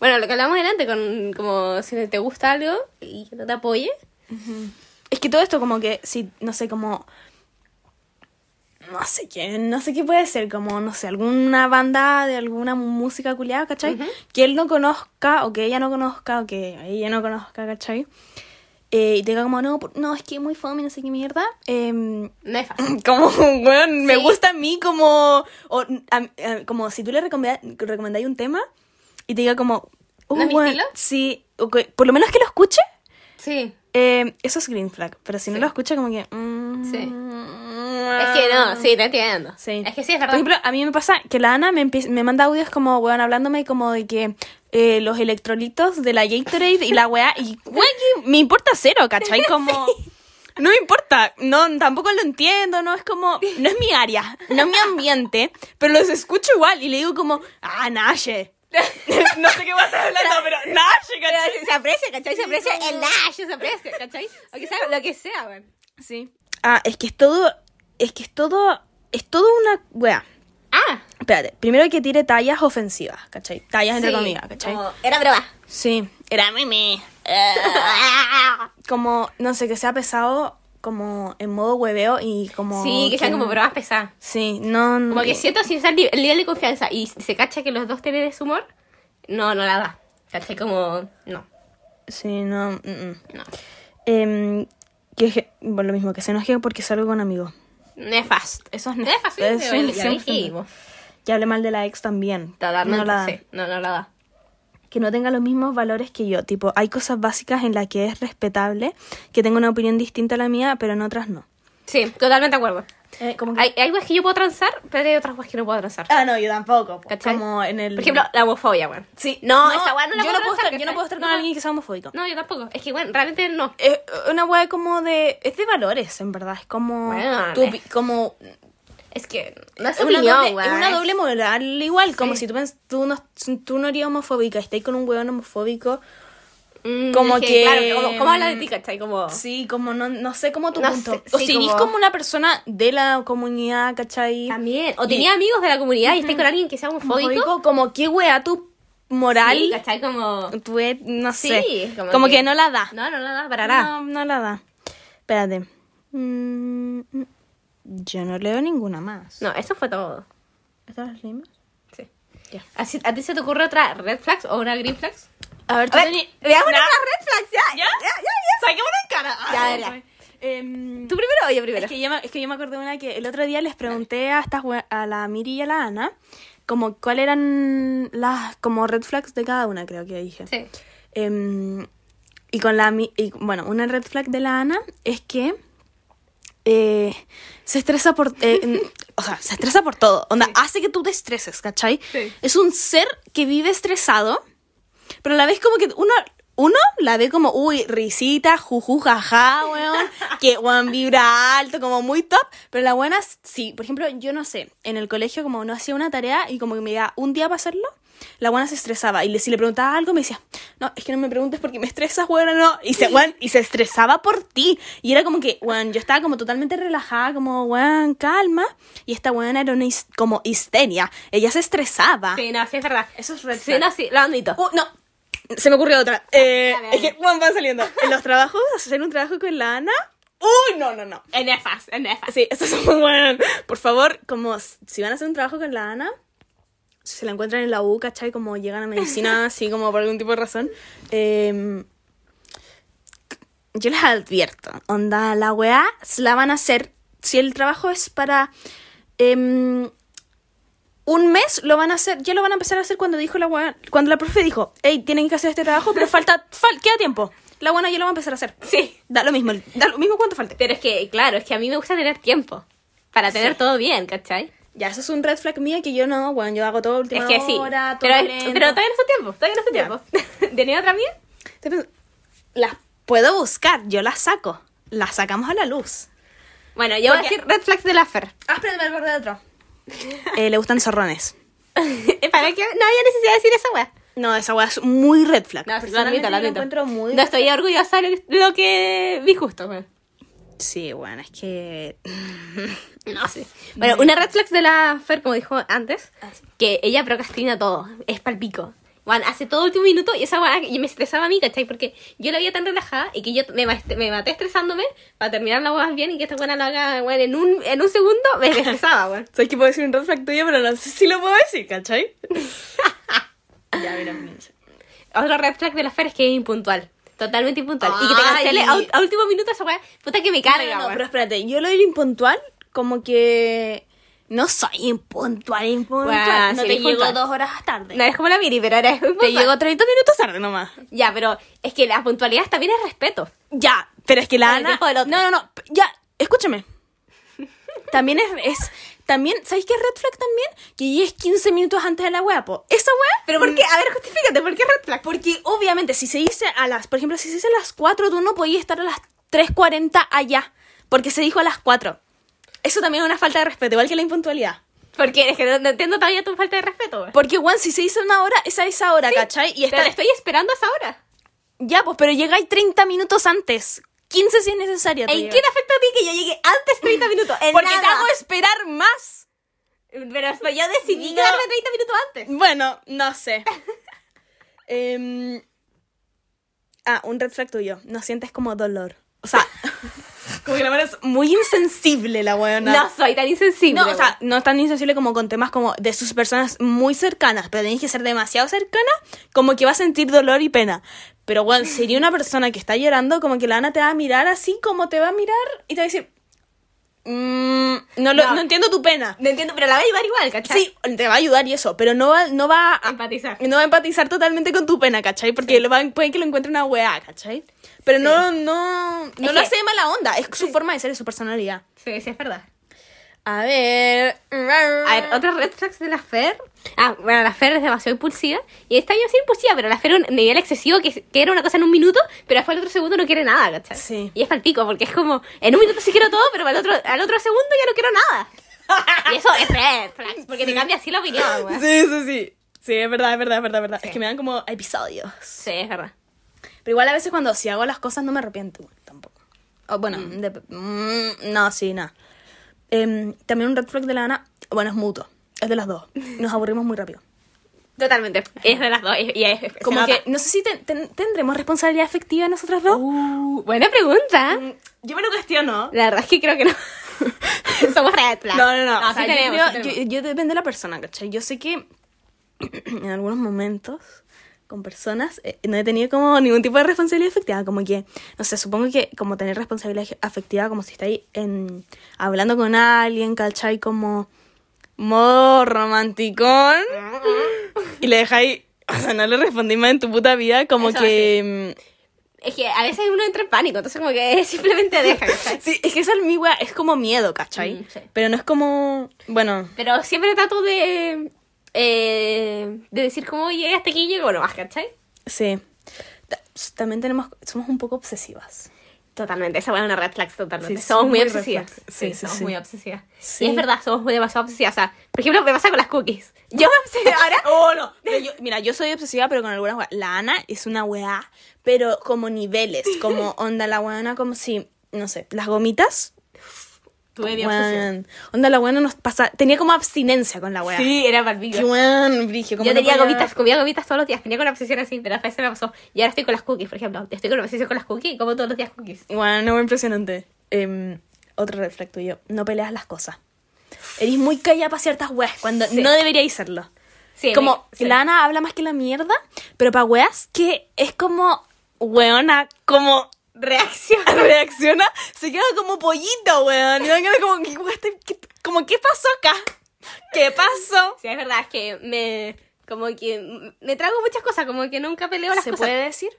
Bueno, lo que hablamos delante, con como si te gusta algo y que no te apoye. Es que todo esto como que si no sé como no sé qué, no sé qué puede ser, como no sé, alguna banda de alguna música culiada, ¿cachai? Que él no conozca o que ella no conozca o que ella no conozca, ¿cachai? Eh, y te diga como no, por- no, es que muy fome, no sé qué mierda. Em, No es fácil. como, weón, me Sí. gusta a mí como... o, a- a- como si tú le recomenda- recomendáis un tema y te diga como... "Uh, ¿No es mi weón, estilo? sí, o que- por lo menos que lo escuche, Sí. eh, eso es green flag. Pero si no Sí. lo escucha, como que... mm, Sí. Es que no, sí, te entiendo. Sí. Es que sí, es Por verdad. ejemplo, a mí me pasa que la Ana me, empie- me manda audios como, weón, hablándome como de que eh, los electrolitos de la Gatorade y la weá, y weón, que me importa cero, ¿cachai? Como, no me importa, no, tampoco lo entiendo, no es como, no es mi área, no es mi ambiente, pero los escucho igual y le digo como, ah, Naye. no sé qué vas a estar hablando, pero Naye, Pero ¿cachai? se aprecia, ¿cachai? Se aprecia el dash, se aprecia, ¿cachai? O que sea, lo que sea, weón. Sí. Ah, es que es todo, es que es todo, es todo una weá. Ah. Espérate, primero que tire tallas ofensivas, ¿cachai? Tallas entre sí, Oh. comillas, ¿cachai? como, Era broma. Sí, era meme. Como, no sé, que sea pesado como en modo hueveo y como... sí, que sean como bromas pesadas. Sí, no... no- Como que siento sin ser li- el nivel de confianza y se cacha que los dos tienen ese humor, no, no la da. Caché como, no, Sí, no... mm, mm. no. Em, que je- bueno, lo mismo, que se enoje porque salgo con amigos. Nefasto. Eso es Nefasto, nefasto, ya sí, lo siempre. dijimos. Que hable mal de la ex también. Totalmente, No la- sí. no, no la da. que no tenga los mismos valores que yo. Tipo, hay cosas básicas en las que es respetable, que tengo una opinión distinta a la mía, pero en otras no. Sí, totalmente de acuerdo. Eh, como Hay, hay weas que yo puedo transar, pero hay otras weas que no puedo transar. Ah, no, yo tampoco. po. ¿Cachai? Como en el... Por ejemplo, la homofobia, weón. Sí. No, esa weá no la yo puedo puedo transar, estar, Yo no ¿cachai? puedo estar con No. alguien que sea homofóbico. No, yo tampoco. Es que, bueno, realmente no. Es eh, una weá como de... Es de valores, en verdad. Es como... Bueno, tu opi- como... Es que no es es una, opinión, doble, weón. es una doble moral igual. Como Sí. si tú, pens- tú, no, tú no eres homofóbica y estás con un weón homofóbico... Mm, Como es que- Claro, como, mm, como habla de ti, ¿cachai? Como... Sí, como no, no sé cómo tu No punto. sé, o sí, si eres como- como una persona de la comunidad, ¿cachai? También. O tenía amigos de la comunidad y estáis con alguien que sea homofóbico. Homofóbico, Como qué wea tu moral, Sí, ¿cachai? Como... tu et- no Sí, sé. es como como que- que... no la da. No, no, nada, para nada. No, no la da. Espérate. Mm, mm, yo no leo ninguna más. No, eso fue todo. ¿Estas las leímos? Sí. Ya. Así- ¿A ti se te ocurre otra red flags o una green flags? A ver, tú tení- veamos Ya. red flags, ya. ¿Ya? Saquémonos en cara. Ya, Ay, ya. ay. Em, ¿Tú primero o yo primero? Es que, yo me, es que yo me acordé de una que el otro día les pregunté a estas we- a la Miri y a la Ana como cuáles eran las como red flags de cada una, creo que dije. Sí. Em, y con la Mi- y, bueno, una red flag de la Ana es que eh, se estresa por eh, en- o sea, se estresa por todo. Onda, hace que tú te estreses, ¿cachai? Sí. Es un ser que vive estresado, pero a la vez como que uno uno la ve como, uy, risita, juju, jaja, weón, que weón vibra alto, como muy top, pero la buena, sí, por ejemplo, yo no sé, en el colegio como no hacía una tarea y como que me daba un día para hacerlo, la buena se estresaba y le, si le preguntaba algo me decía, no, es que no me preguntes porque me estresas, weón, no, y se, weón, y se estresaba por ti, y era como que, weón, yo estaba como totalmente relajada, como, weón, calma, y esta weón era una his- como histeria, ella se estresaba. Sí, no, sí, Ah. es verdad. Eso es red Sí, flag. no, sí, lo admito. Uh, no. Se me ocurrió otra. Eh, dale, dale. es que Juan va saliendo. En los trabajos, hacer un trabajo con la Ana. Uy, no, no, no. En nefas, en nefas. Sí, esto es muy bueno. Por favor, como s- si van a hacer un trabajo con la Ana, si se la encuentran en la U, ¿cachai? Como llegan a medicina, así como por algún tipo de razón. eh, yo les advierto, onda, la weá se la van a hacer. Si el trabajo es para em, un mes, lo van a hacer, ya lo van a empezar a hacer cuando dijo la weá, cuando la profe dijo, hey, tienen que hacer este trabajo, pero falta, fal- queda tiempo. La buena ya lo va a empezar a hacer. Sí. Da lo mismo, da lo mismo cuánto falte. Pero es que, claro, es que a mí me gusta tener tiempo. Para tener todo bien, ¿cachai? Ya, eso es un red flag mía que yo no, bueno, yo hago todo a última es que sí. hora, todo pero, es- lento. pero todavía no es tu tiempo, todavía no es tu tiempo. ¿Tenía otra mía? Estoy pensando, Las puedo buscar, yo las saco. Las sacamos a la luz. Bueno, yo voy a Porque- decir red flags de la Fer. Ah, espérate, me acordé de otro. Eh, le gustan zorrones. ¿Para qué? No había necesidad de decir esa weá. No, esa weá es muy red flag. No, sí, lo Personalmente admito, lo yo admito. encuentro muy... No estoy orgullosa de lo que vi justo, weón. Sí, bueno, es que... No sé. Bueno, una red flag de la Fer, como dijo antes, Ah, sí. que ella procrastina todo, es palpico. Juan, hace todo último minuto y esa weá y me estresaba a mí, ¿cachai? Porque yo la veía tan relajada y que yo me, ma- me maté estresándome para terminar la weá bien y que esta weá la haga, weón, en un, en un segundo me estresaba, weón. Sabes que puedo decir un red flag tuyo, pero no sé si lo puedo decir, ¿cachai? ya, mira, piensa. Otro red flag de la Fer es que es impuntual. Totalmente impuntual. Y que te Ay. cancele a, ul- a último minuto esa weá. Puta que me carga, No, no, weón. pero espérate, yo lo del impuntual, como que no soy impuntual, impuntual. Bueno, no sí, te impuntual. llego dos horas tarde. No eres como la Miri, pero eres te impuntual. llego 30 minutos tarde nomás. Ya, pero es que la puntualidad también es respeto. Ya, pero es que Con la el Ana. tiempo del otro. No, no, no. p- Ya, escúchame. También es, es- También, ¿sabéis qué es red flag también? Que llegues 15 minutos antes de la wea, po. Esa wea. Pero mm. ¿por qué? A ver, justifícate, ¿por qué red flag? Porque obviamente, si se dice a las. Por ejemplo, si se dice a las 4, tú no podías estar a las 3.40 allá. Porque se dijo a las 4. Eso también es una falta de respeto, igual que la impuntualidad. Porque es que no, no entiendo todavía tu falta de respeto, güey. Porque, weón, si se dice una hora, esa es esa hora, ¿cachai? Y Pero está. la estoy esperando a esa hora. Ya, pues, pero llegáis 30 minutos antes. 15 si es necesario. te ¿En llega. qué te afecta a ti que yo llegue antes 30 minutos? En Porque te nada. hago esperar más. Pero hasta yo decidí No. quedarme 30 minutos antes. Bueno, no sé. Em, ah, un red flag tuyo. No sientes como dolor. O sea, como que la mano es muy insensible la weona. No soy tan insensible. No, o sea, no tan insensible como con temas como de sus personas muy cercanas, pero tenéis que ser demasiado cercana como que va a sentir dolor y pena. Pero bueno, sería una persona que está llorando como que la Ana te va a mirar así como te va a mirar y te va a decir, "Mm, no, lo- No. no entiendo tu pena. güey. no entiendo, pero la voy a llevar igual, ¿cachai? Sí, te va a ayudar y eso, pero no va, no va a Empatizar. no va a empatizar totalmente con tu pena, ¿cachai? Porque lo van, pueden que lo encuentre una weá, ¿cachai? Pero no, no, no Es lo que- hace de mala onda, es su forma de ser, es su personalidad. Sí, sí, es verdad. A ver. A ver, otros red flags de la Fer. Ah, bueno, la Fer es demasiado impulsiva. Y esta yo soy impulsiva, pero la Fer es un nivel excesivo que, que era una cosa en un minuto, pero después al otro segundo no quiere nada, ¿cachai? Sí. Y es pico porque es como, en un minuto sí quiero todo, pero al otro, al otro segundo ya no quiero nada. Y eso es red flags, porque te cambia así la opinión, güey. Sí, sí, sí. Sí, es verdad, es verdad, es verdad, es verdad. Es que me dan como episodios. Sí, es verdad. Pero igual a veces cuando si hago las cosas no me arrepiento bueno, tampoco. O bueno, dep- mm, no, sí, nada. también un red flag de la Ana, bueno, es mutuo. Es de las dos. Nos aburrimos muy rápido. Totalmente. Es de las dos. Y y es, se Como nota. que, no sé si ten- ten- tendremos responsabilidad afectiva nosotras dos. Uh, buena pregunta. Mm, Yo me lo cuestiono. La verdad es que creo que no. Somos red flag. No, no, no. no O sea, sí yo tenemos, creo- sí tenemos. yo, yo depende de la persona, ¿cachai? Yo sé que en algunos momentos con personas eh, no he tenido como ningún tipo de responsabilidad afectiva. Como que, no sé, supongo que como tener responsabilidad afectiva, como si estáis en, hablando con alguien, ¿cachai? Como modo romanticón y le dejáis. O sea, no le respondí más en tu puta vida, como Eso que. mm, Es que a veces uno entra en pánico, entonces como que simplemente deja. ¿cachai? Sí, es que esa es mi wea, es como miedo, ¿cachai? Mm, sí. Pero no es como. Bueno, Pero siempre trato de. eh, de decir como, oye, hasta aquí llego, no más, ¿cachai? Sí. Ta- s- También tenemos, somos un poco obsesivas. Totalmente, esa fue una red flag totalmente. Sí, sí, somos muy, muy red obsesivas. flag. Sí, sí, somos sí. muy obsesivas. Sí. Y es verdad, somos muy demasiado obsesivas. O sea, por ejemplo, me pasa con las cookies. Yo me obsesiono ahora. Oh, no. Pero yo- mira, yo soy obsesiva, pero con algunas weas. La Ana es una weá, pero como niveles, como onda la weana, como si, no sé, las gomitas. Tuve mi obsesión. weón. onda la weana nos pasa. Tenía como abstinencia con la wea. Sí, era para Qué weón, Brigio, cómo Yo no tenía podía- gomitas, comía gomitas todos los días, tenía una obsesión así, pero a veces me pasó. Y ahora estoy con las cookies, por ejemplo. Estoy con una obsesión con las cookies y como todos los días cookies. Weón, no, impresionante. Em, otro reflecto yo. No peleas las cosas. Eres muy callada para ciertas weas cuando Sí. no deberíais serlo. Sí, como me- sí. la Ana habla más que la mierda, pero para weas que es como weona, como reacciona, reacciona, se queda como pollito, weón. Y me quedo como, ¿qué, wea está- qué- como, ¿qué pasó acá? ¿Qué pasó? Sí, es verdad, es que me. Como que m- me trago muchas cosas, como que nunca peleo las ¿Se cosas. puede decir?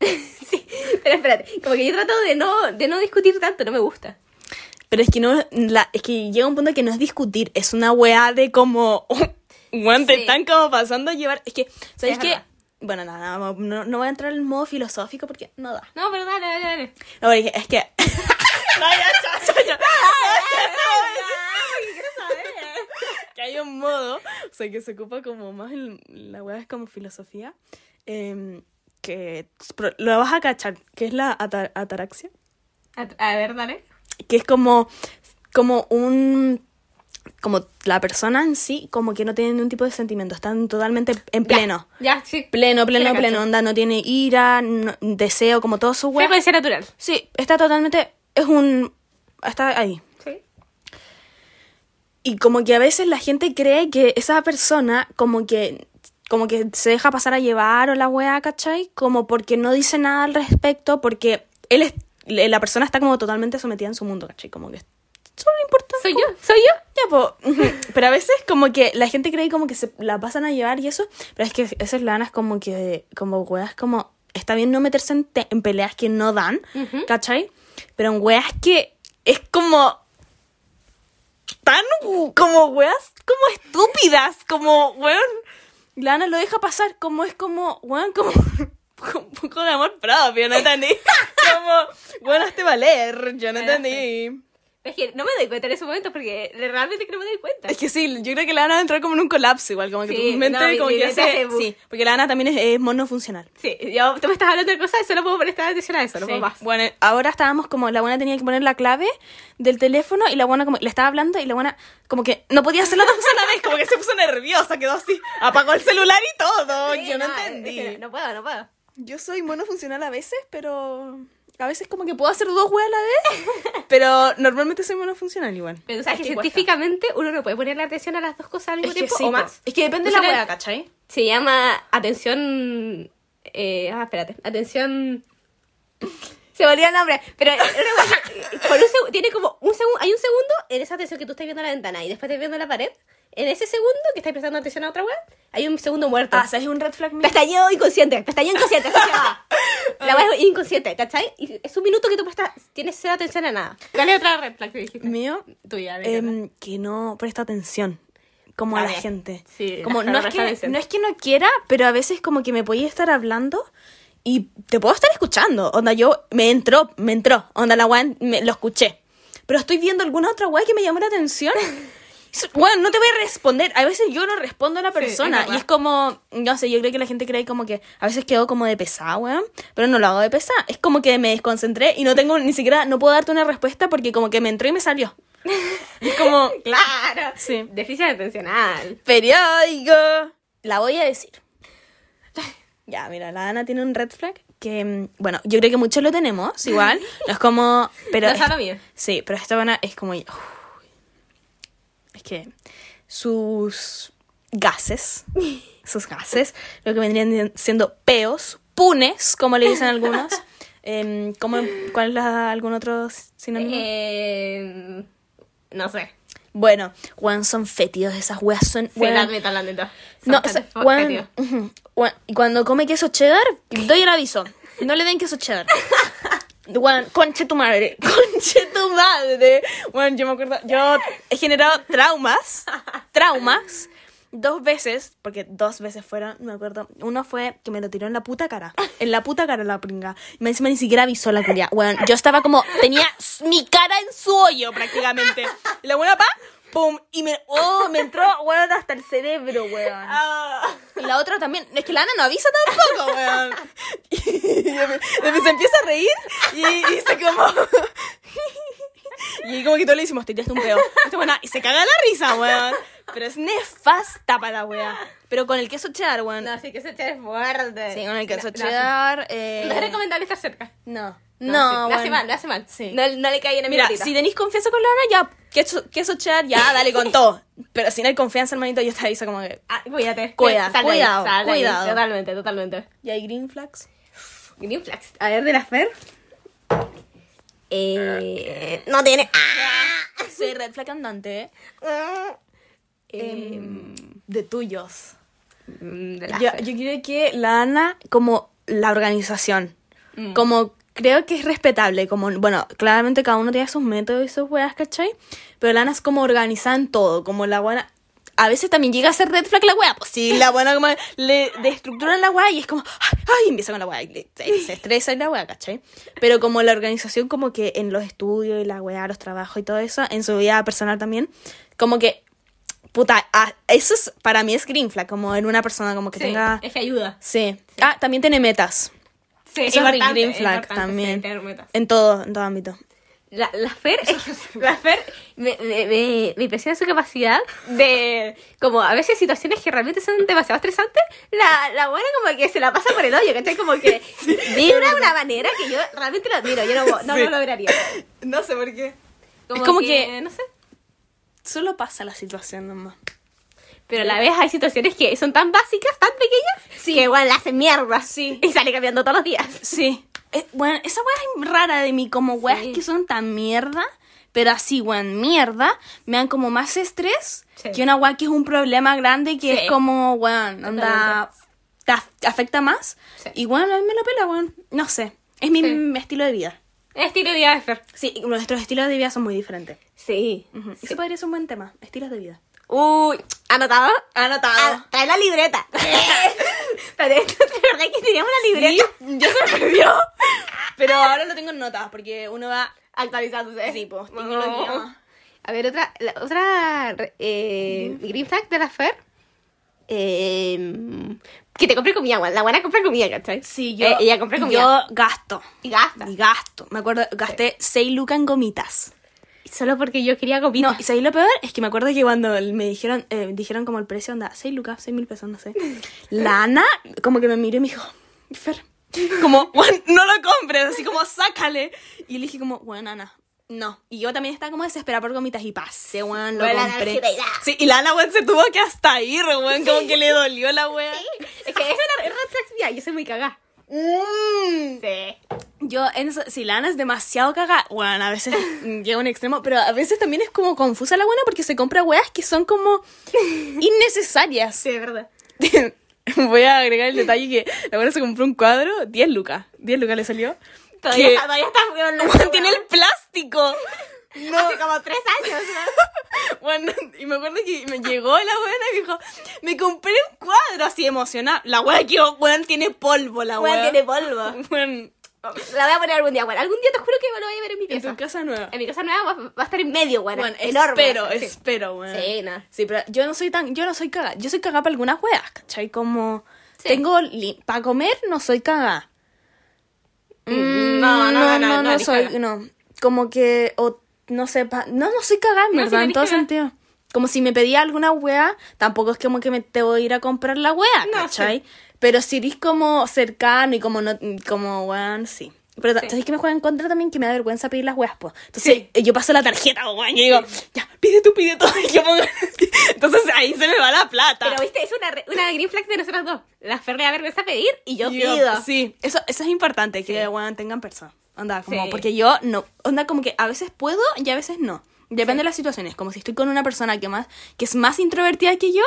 Sí, pero espérate, como que yo trato de no, de no discutir tanto, no me gusta. Pero es que no, la- es que llega un punto que no es discutir, es una weá de como, weón, te Sí. están como pasando a llevar, es que, ¿sabes Es qué? verdad. Bueno, nada, no, no voy a entrar en el modo filosófico porque no da. No, pero dale, dale, dale. No, porque es que... no, ya, ya, ya, ya. que hay un modo, o sea, que se ocupa como más en la web es como filosofía, em, que pro- lo vas a cachar, que es la ata- ataraxia, A, a ver, dale. que es como, como un, como la persona en sí, como que no tiene ningún tipo de sentimiento, están totalmente en Ya, pleno. Ya, sí. Pleno, pleno, la cacho. pleno, onda, no tiene ira, no- deseo, como todo su web. Frecuencia natural. Sí, está totalmente, es un, está ahí. Sí. Y como que a veces la gente cree que esa persona como que como que se deja pasar a llevar o la weá, ¿cachai? Como porque no dice nada al respecto, porque él es, le- la persona está como totalmente sometida en su mundo, ¿cachai? Como que solo le importa. Soy como- yo, soy yo. Ya, po. Pero a veces como que la gente cree como que se la pasan a llevar y eso, pero es que a veces la Ana es como que, como weas, como, está bien no meterse en, te- en peleas que no dan, Ujú. ¿cachai? Pero en weas que es como, tan, u- como weas, como estúpidas, como, weón, la Ana lo deja pasar, como es como, weón, como... Con un poco de amor propio, no entendí. Como, bueno, hazte valer, yo no Bueno, entendí. Es que no me doy cuenta en ese momento porque realmente que no me doy cuenta. Es que sí, yo creo que la Ana entró como en un colapso igual, como que Sí, tu mente no, mi- como mi que mente hace... hace bu- Sí, porque la Ana también es, es monofuncional. Sí, yo, tú me estás hablando de cosas y solo puedo prestar atención a eso, no Sí. puedo más. Bueno, eh, ahora estábamos como, la buena tenía que poner la clave del teléfono y la buena como, le estaba hablando y la buena como que no podía hacer las dos cosas a la vez, como que se puso nerviosa, quedó así, apagó el celular y todo, Sí, yo no, es que entendí. No puedo, no puedo. Yo soy monofuncional a veces, pero a veces como que puedo hacer dos weas a la vez, pero normalmente soy monofuncional igual. Pero tú sabes Es que, que cuesta. científicamente uno no puede ponerle atención a las dos cosas al mismo Es que, tiempo sí, o po. más. es que depende de la Tú sabes- wea, ¿cachai? Se llama atención. Eh, ah, espérate. Atención. Se me olvidó el nombre. Pero es una cosa que por un segu- tiene como un segundo. Hay un segundo en esa atención que tú estás viendo a la ventana y después estás viendo la pared. En ese segundo que estás prestando atención a otra web, hay un segundo muerto. Ah, ¿sabes un red flag mío? Pestañeo inconsciente, pestañeo inconsciente, así se llama. La web es inconsciente, ¿cachai? Y es un minuto que tú prestas, tienes cero atención a nada. ¿Cuál es otra red flag que dijiste? mío Tuya, em, que no presta atención como a, A la ver. gente Ah, Sí, como las no es personas que dicen. no es que no quiera pero a veces como que me podía estar hablando y te puedo estar escuchando onda yo me entró me entró onda la weá me- lo escuché pero estoy viendo alguna otra weá que me llamó la atención Bueno, no te voy a responder. A veces yo no respondo a la Sí, es persona. verdad. y es como, no sé, yo creo que la gente cree como que a veces quedo como de pesada, weón. Pero no lo hago de pesada. Es como que me desconcentré y no tengo ni siquiera, no puedo darte una respuesta porque como que me entró y me salió. es como, Claro. Sí. Déficit atencional. periódico. La voy a decir. Ya, mira, la Ana tiene un red flag que, mm, bueno, yo creo que muchos lo tenemos, igual. No es como, pero... No es algo mío. Sí, pero esta buena es como... uy, es que sus gases, sus gases, lo que vendrían siendo peos, punes, como le dicen algunos. Em, ¿cómo- ¿Cuál es la- algún otro sinónimo? Eh, no sé. Bueno, weón, son fétidos, esas weas son... Se weón, la admito, la admito. Son No, o sea, bastante fuerte, cuando, tío. ujú, cuan- y cuando come queso cheddar, doy el aviso. No le den queso cheddar. Juan, conche tu madre, conche tu madre. Bueno, yo me acuerdo, yo he generado traumas, traumas, dos veces, porque dos veces fueron, me acuerdo. Uno fue que me lo tiró en la puta cara, en la puta cara la pringa. Y me encima ni siquiera avisó la culia. Bueno, yo estaba como, tenía s- mi cara en su hoyo prácticamente. Y la buena pa, pum, y me, oh, me entró, weón, hasta el cerebro, weón. Ah. Y la otra también. Es que la Ana no avisa tampoco, weón. Y después se empieza a reír y y dice como. Y como que todos le decimos, te tiraste un pedo. Esta buena, y se caga la risa, weón. Pero es nefasta para la wea. Pero con el queso cheddar, weón. No, sí, que ese cheddar es fuerte. Sí, con el queso No, no, cheddar. sí. eh, No es recomendable estar cerca. No. No, sí, No, lo hace weón. mal, lo hace mal. Sí. No, no le cae bien a mi Mira, gotita. si tenéis confianza con la Ana, ya, queso, queso cheddar, ya, dale con todo. Pero si no hay confianza, hermanito, yo te aviso como que. Ah, cuídate. Cuida, Sal de ahí, cuidado, sal de ahí. cuidado. Totalmente, totalmente. ¿Y hay green flags? Green flags. A ver, de la Fer. Eh, no tiene. Soy red flag andante, eh. Ah. Eh, Em, de tuyos. mm, de la Yo, Fer. yo creo que la Ana, como la organización, Mm. como creo que es respetable, como, bueno, claramente cada uno tiene sus métodos y sus weas, ¿cachai? Pero la Ana es como organizada en todo, como la buena... A veces también llega a ser red flag la wea, pues sí, la buena como le destructuran la wea y es como, ay, ay, empieza con la wea, y le- se se estresa y la wea, ¿cachai? Pero como la organización, como que en los estudios y la wea, los trabajos y todo eso, en su vida personal también, como que, puta, ah, eso es, para mí es green flag, como en una persona como que Sí, tenga... Es que ayuda. Sí. Ah, también tiene metas. Sí, Es importante, green flag también. En todo, en todo ámbito. La, la Fer, la Fer me, me, me- me impresiona su capacidad de, como a veces situaciones que realmente son demasiado estresantes, la, la buena como que se la pasa por el hoyo, ¿cachai? Como que vibra de una manera que yo realmente lo admiro, yo no, no Sí. lo lograría. No sé por qué. Como Es como que, que- no sé. Solo pasa la situación nomás. Pero a la vez hay situaciones que son tan básicas, tan pequeñas, que igual la hacen mierda. Sí. Y sale cambiando todos los días. Sí. Eh, bueno, esa wea es rara de mí, como weas Sí. que son tan mierda, pero así, weón, mierda, me dan como más estrés Sí. que una wea que es un problema grande que Sí. es como, weón, onda, te af- afecta más. Sí. Y weón, a mí me la pela, weón. No sé. Es mi, Sí. mi estilo de vida. Estilo de vida de Fer. Sí, nuestros estilos de vida son muy diferentes. Sí. Ujú. Ese podría ser un buen tema, estilos de vida. Uy, ¿anotado? Anotado. Ah, trae la libreta. Pero esto, ¿De verdad que teníamos la libreta? ya se me perdió. Pero ahora lo tengo en notas porque uno va. Actualizándose. Sí, pues, tecnología. A ver, otra, la- otra eh, green flag de la Fer. Eh, que te compre comida, guau, la buena compra comida, ¿cachai? Eh, ella compra comida. Yo gasto. y gasta. Y gasto. Me acuerdo, gasté 6 lucas en gomitas. Solo porque yo quería comida. No, y sabéis lo peor es que me acuerdo que cuando me dijeron, eh, dijeron como el precio, onda, 6 lucas, 6 mil pesos, no sé. La Ana, como que me miró y me dijo, Fer, como, "Juan, no lo compres, así como, sácale. Y le dije como, bueno, Ana, no. Y yo también estaba como desesperada por gomitas y pasé, weón, lo Fue la compré. energía y la- Sí, y la Ana, weón, se tuvo que hasta ahí, weón, como que le dolió la weón. Es que esa era era otra actividad, yo soy muy cagada. Mm. Sí. Yo, en eso- si la Ana es demasiado caga, bueno, a veces llega a un extremo, pero a veces también es como confusa la buena porque se compra weas que son como innecesarias. Sí, es verdad. Voy a agregar el detalle que la buena se compró un cuadro, 10 lucas, 10 lucas le salió. Todavía, que está- todavía está weón, la weón, weá. tiene el plástico. ¿eh? Hace como tres años. ¿no? Bueno, y me acuerdo que me llegó la buena y me dijo, me compré un cuadro así emocionada. La wea que, weón, tiene polvo la Weón, wea. tiene polvo. Bueno, La voy a poner algún día, bueno. Algún día te juro que me lo voy a ver en mi En pieza. tu casa nueva. En mi casa nueva va, va a estar en medio, bueno. Bueno, enorme. espero, Sí. espero, bueno. Sí, no. Sí, pero yo no soy tan, yo no soy caga, yo soy caga para algunas weas, ¿cachai? Como, Sí. tengo, para comer no soy caga. Mm, no, no, no, no, no eres soy, caga. no. Como que, o, no sé, pa- no, no soy caga, en No, verdad, sí en eres todo caga. sentido. Como si me pedía alguna wea, tampoco es como que me te voy a ir a comprar la wea, No, ¿cachai? Pero si eres como cercano y como no, como weón, sí. Pero ta- Sí. ¿sabes que me juega en contra también? Que me da vergüenza pedir las weas, pues. Entonces, Sí. eh, yo paso la tarjeta, weón, y digo, ya, pide tú, pide tú. Y yo pongo- Entonces ahí se me va la plata. Pero viste, es una, re- una green flag de nosotras dos. La Ferre a vergüenza a pedir y yo Y pido. Sí, eso, eso es importante, que Sí. weón tengan persona. Onda, como, Sí. porque yo no. Onda, como que a veces puedo y a veces no. Depende de las situaciones. Como si estoy con una persona que más que es más introvertida que yo,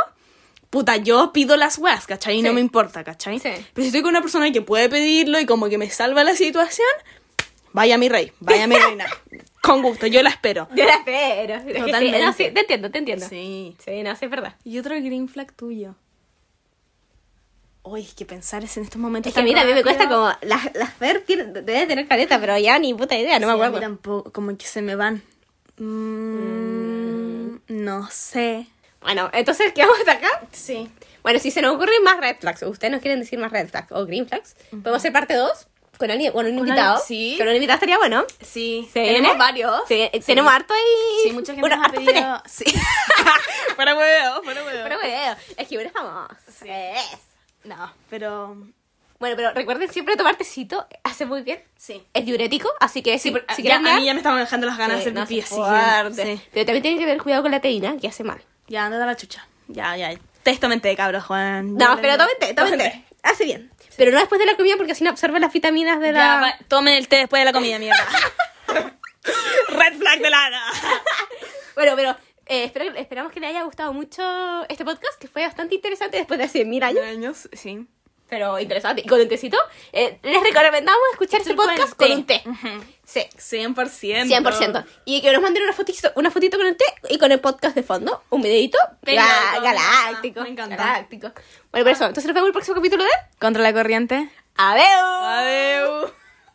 puta, yo pido las weas, ¿cachai? Y no Sí. me importa, ¿cachai? Sí. Pero si estoy con una persona que puede pedirlo y como que me salva la situación, vaya mi rey, vaya mi reina. Con gusto, yo la espero. Yo la espero. Es que sí, Totalmente. no, sí, te entiendo, te entiendo. Sí. Sí, no, sí, es verdad. Y otro green flag tuyo. Uy, es que pensar es en estos momentos. Es que tan mira, a mí me cuesta rápido. como. Las la Fer tiene- debe tener caleta, pero ya ni puta idea, no me Sí, a mí acuerdo. tampoco, como que se me van. Mm, No sé. Bueno, entonces quedamos hasta acá. Sí. Bueno, si se nos ocurren más red flags, o ustedes nos quieren decir más red flags o green flags, podemos hacer parte 2 con alguien, bueno, un Con invitado. alguien- sí. Con un invitado estaría bueno. Sí. ¿Se viene? Sí, eh, Tenemos harto ahí. Sí, mucha gente bueno, nos ha harto Feré. pedido. Sí. para huevo, para huevo. Pero bueno, es que uno es famoso. Es. No, pero. Bueno, pero recuerden siempre tomar tecito, hace muy bien. Sí. Es diurético, así que si, si Ah, ya, quieren a mear, mí ya me estaban dejando las ganas sí, de no hacer pipí, se así que- fuerte. sí. Pero también tienen que tener cuidado con la teína, que hace mal. Ya, anda la chucha. Ya, ya. Testamente, cabrón, Juan. No, Ya, pero ya. tomen té, tomen té. Hace bien. Pero no después de la comida porque así no absorben las vitaminas de Ya, la... va- tomen el té después de la comida, mierda. Red flag de Lara. Bueno, pero eh, espero- esperamos que les haya gustado mucho este podcast, que fue bastante interesante después de hace mil años. años? Sí. Pero interesante. Y con un tecito, eh, les recomendamos escuchar este podcast con un té. Sí. 100%. 100%. Y que nos manden una fotito, una fotito con el té y con el podcast de fondo. Un videito Pero, ga- me galáctico. encanta, me encanta. Galáctico. Bueno, por eso, entonces nos vemos en el próximo capítulo de Contra la corriente. Adeu. Adeu.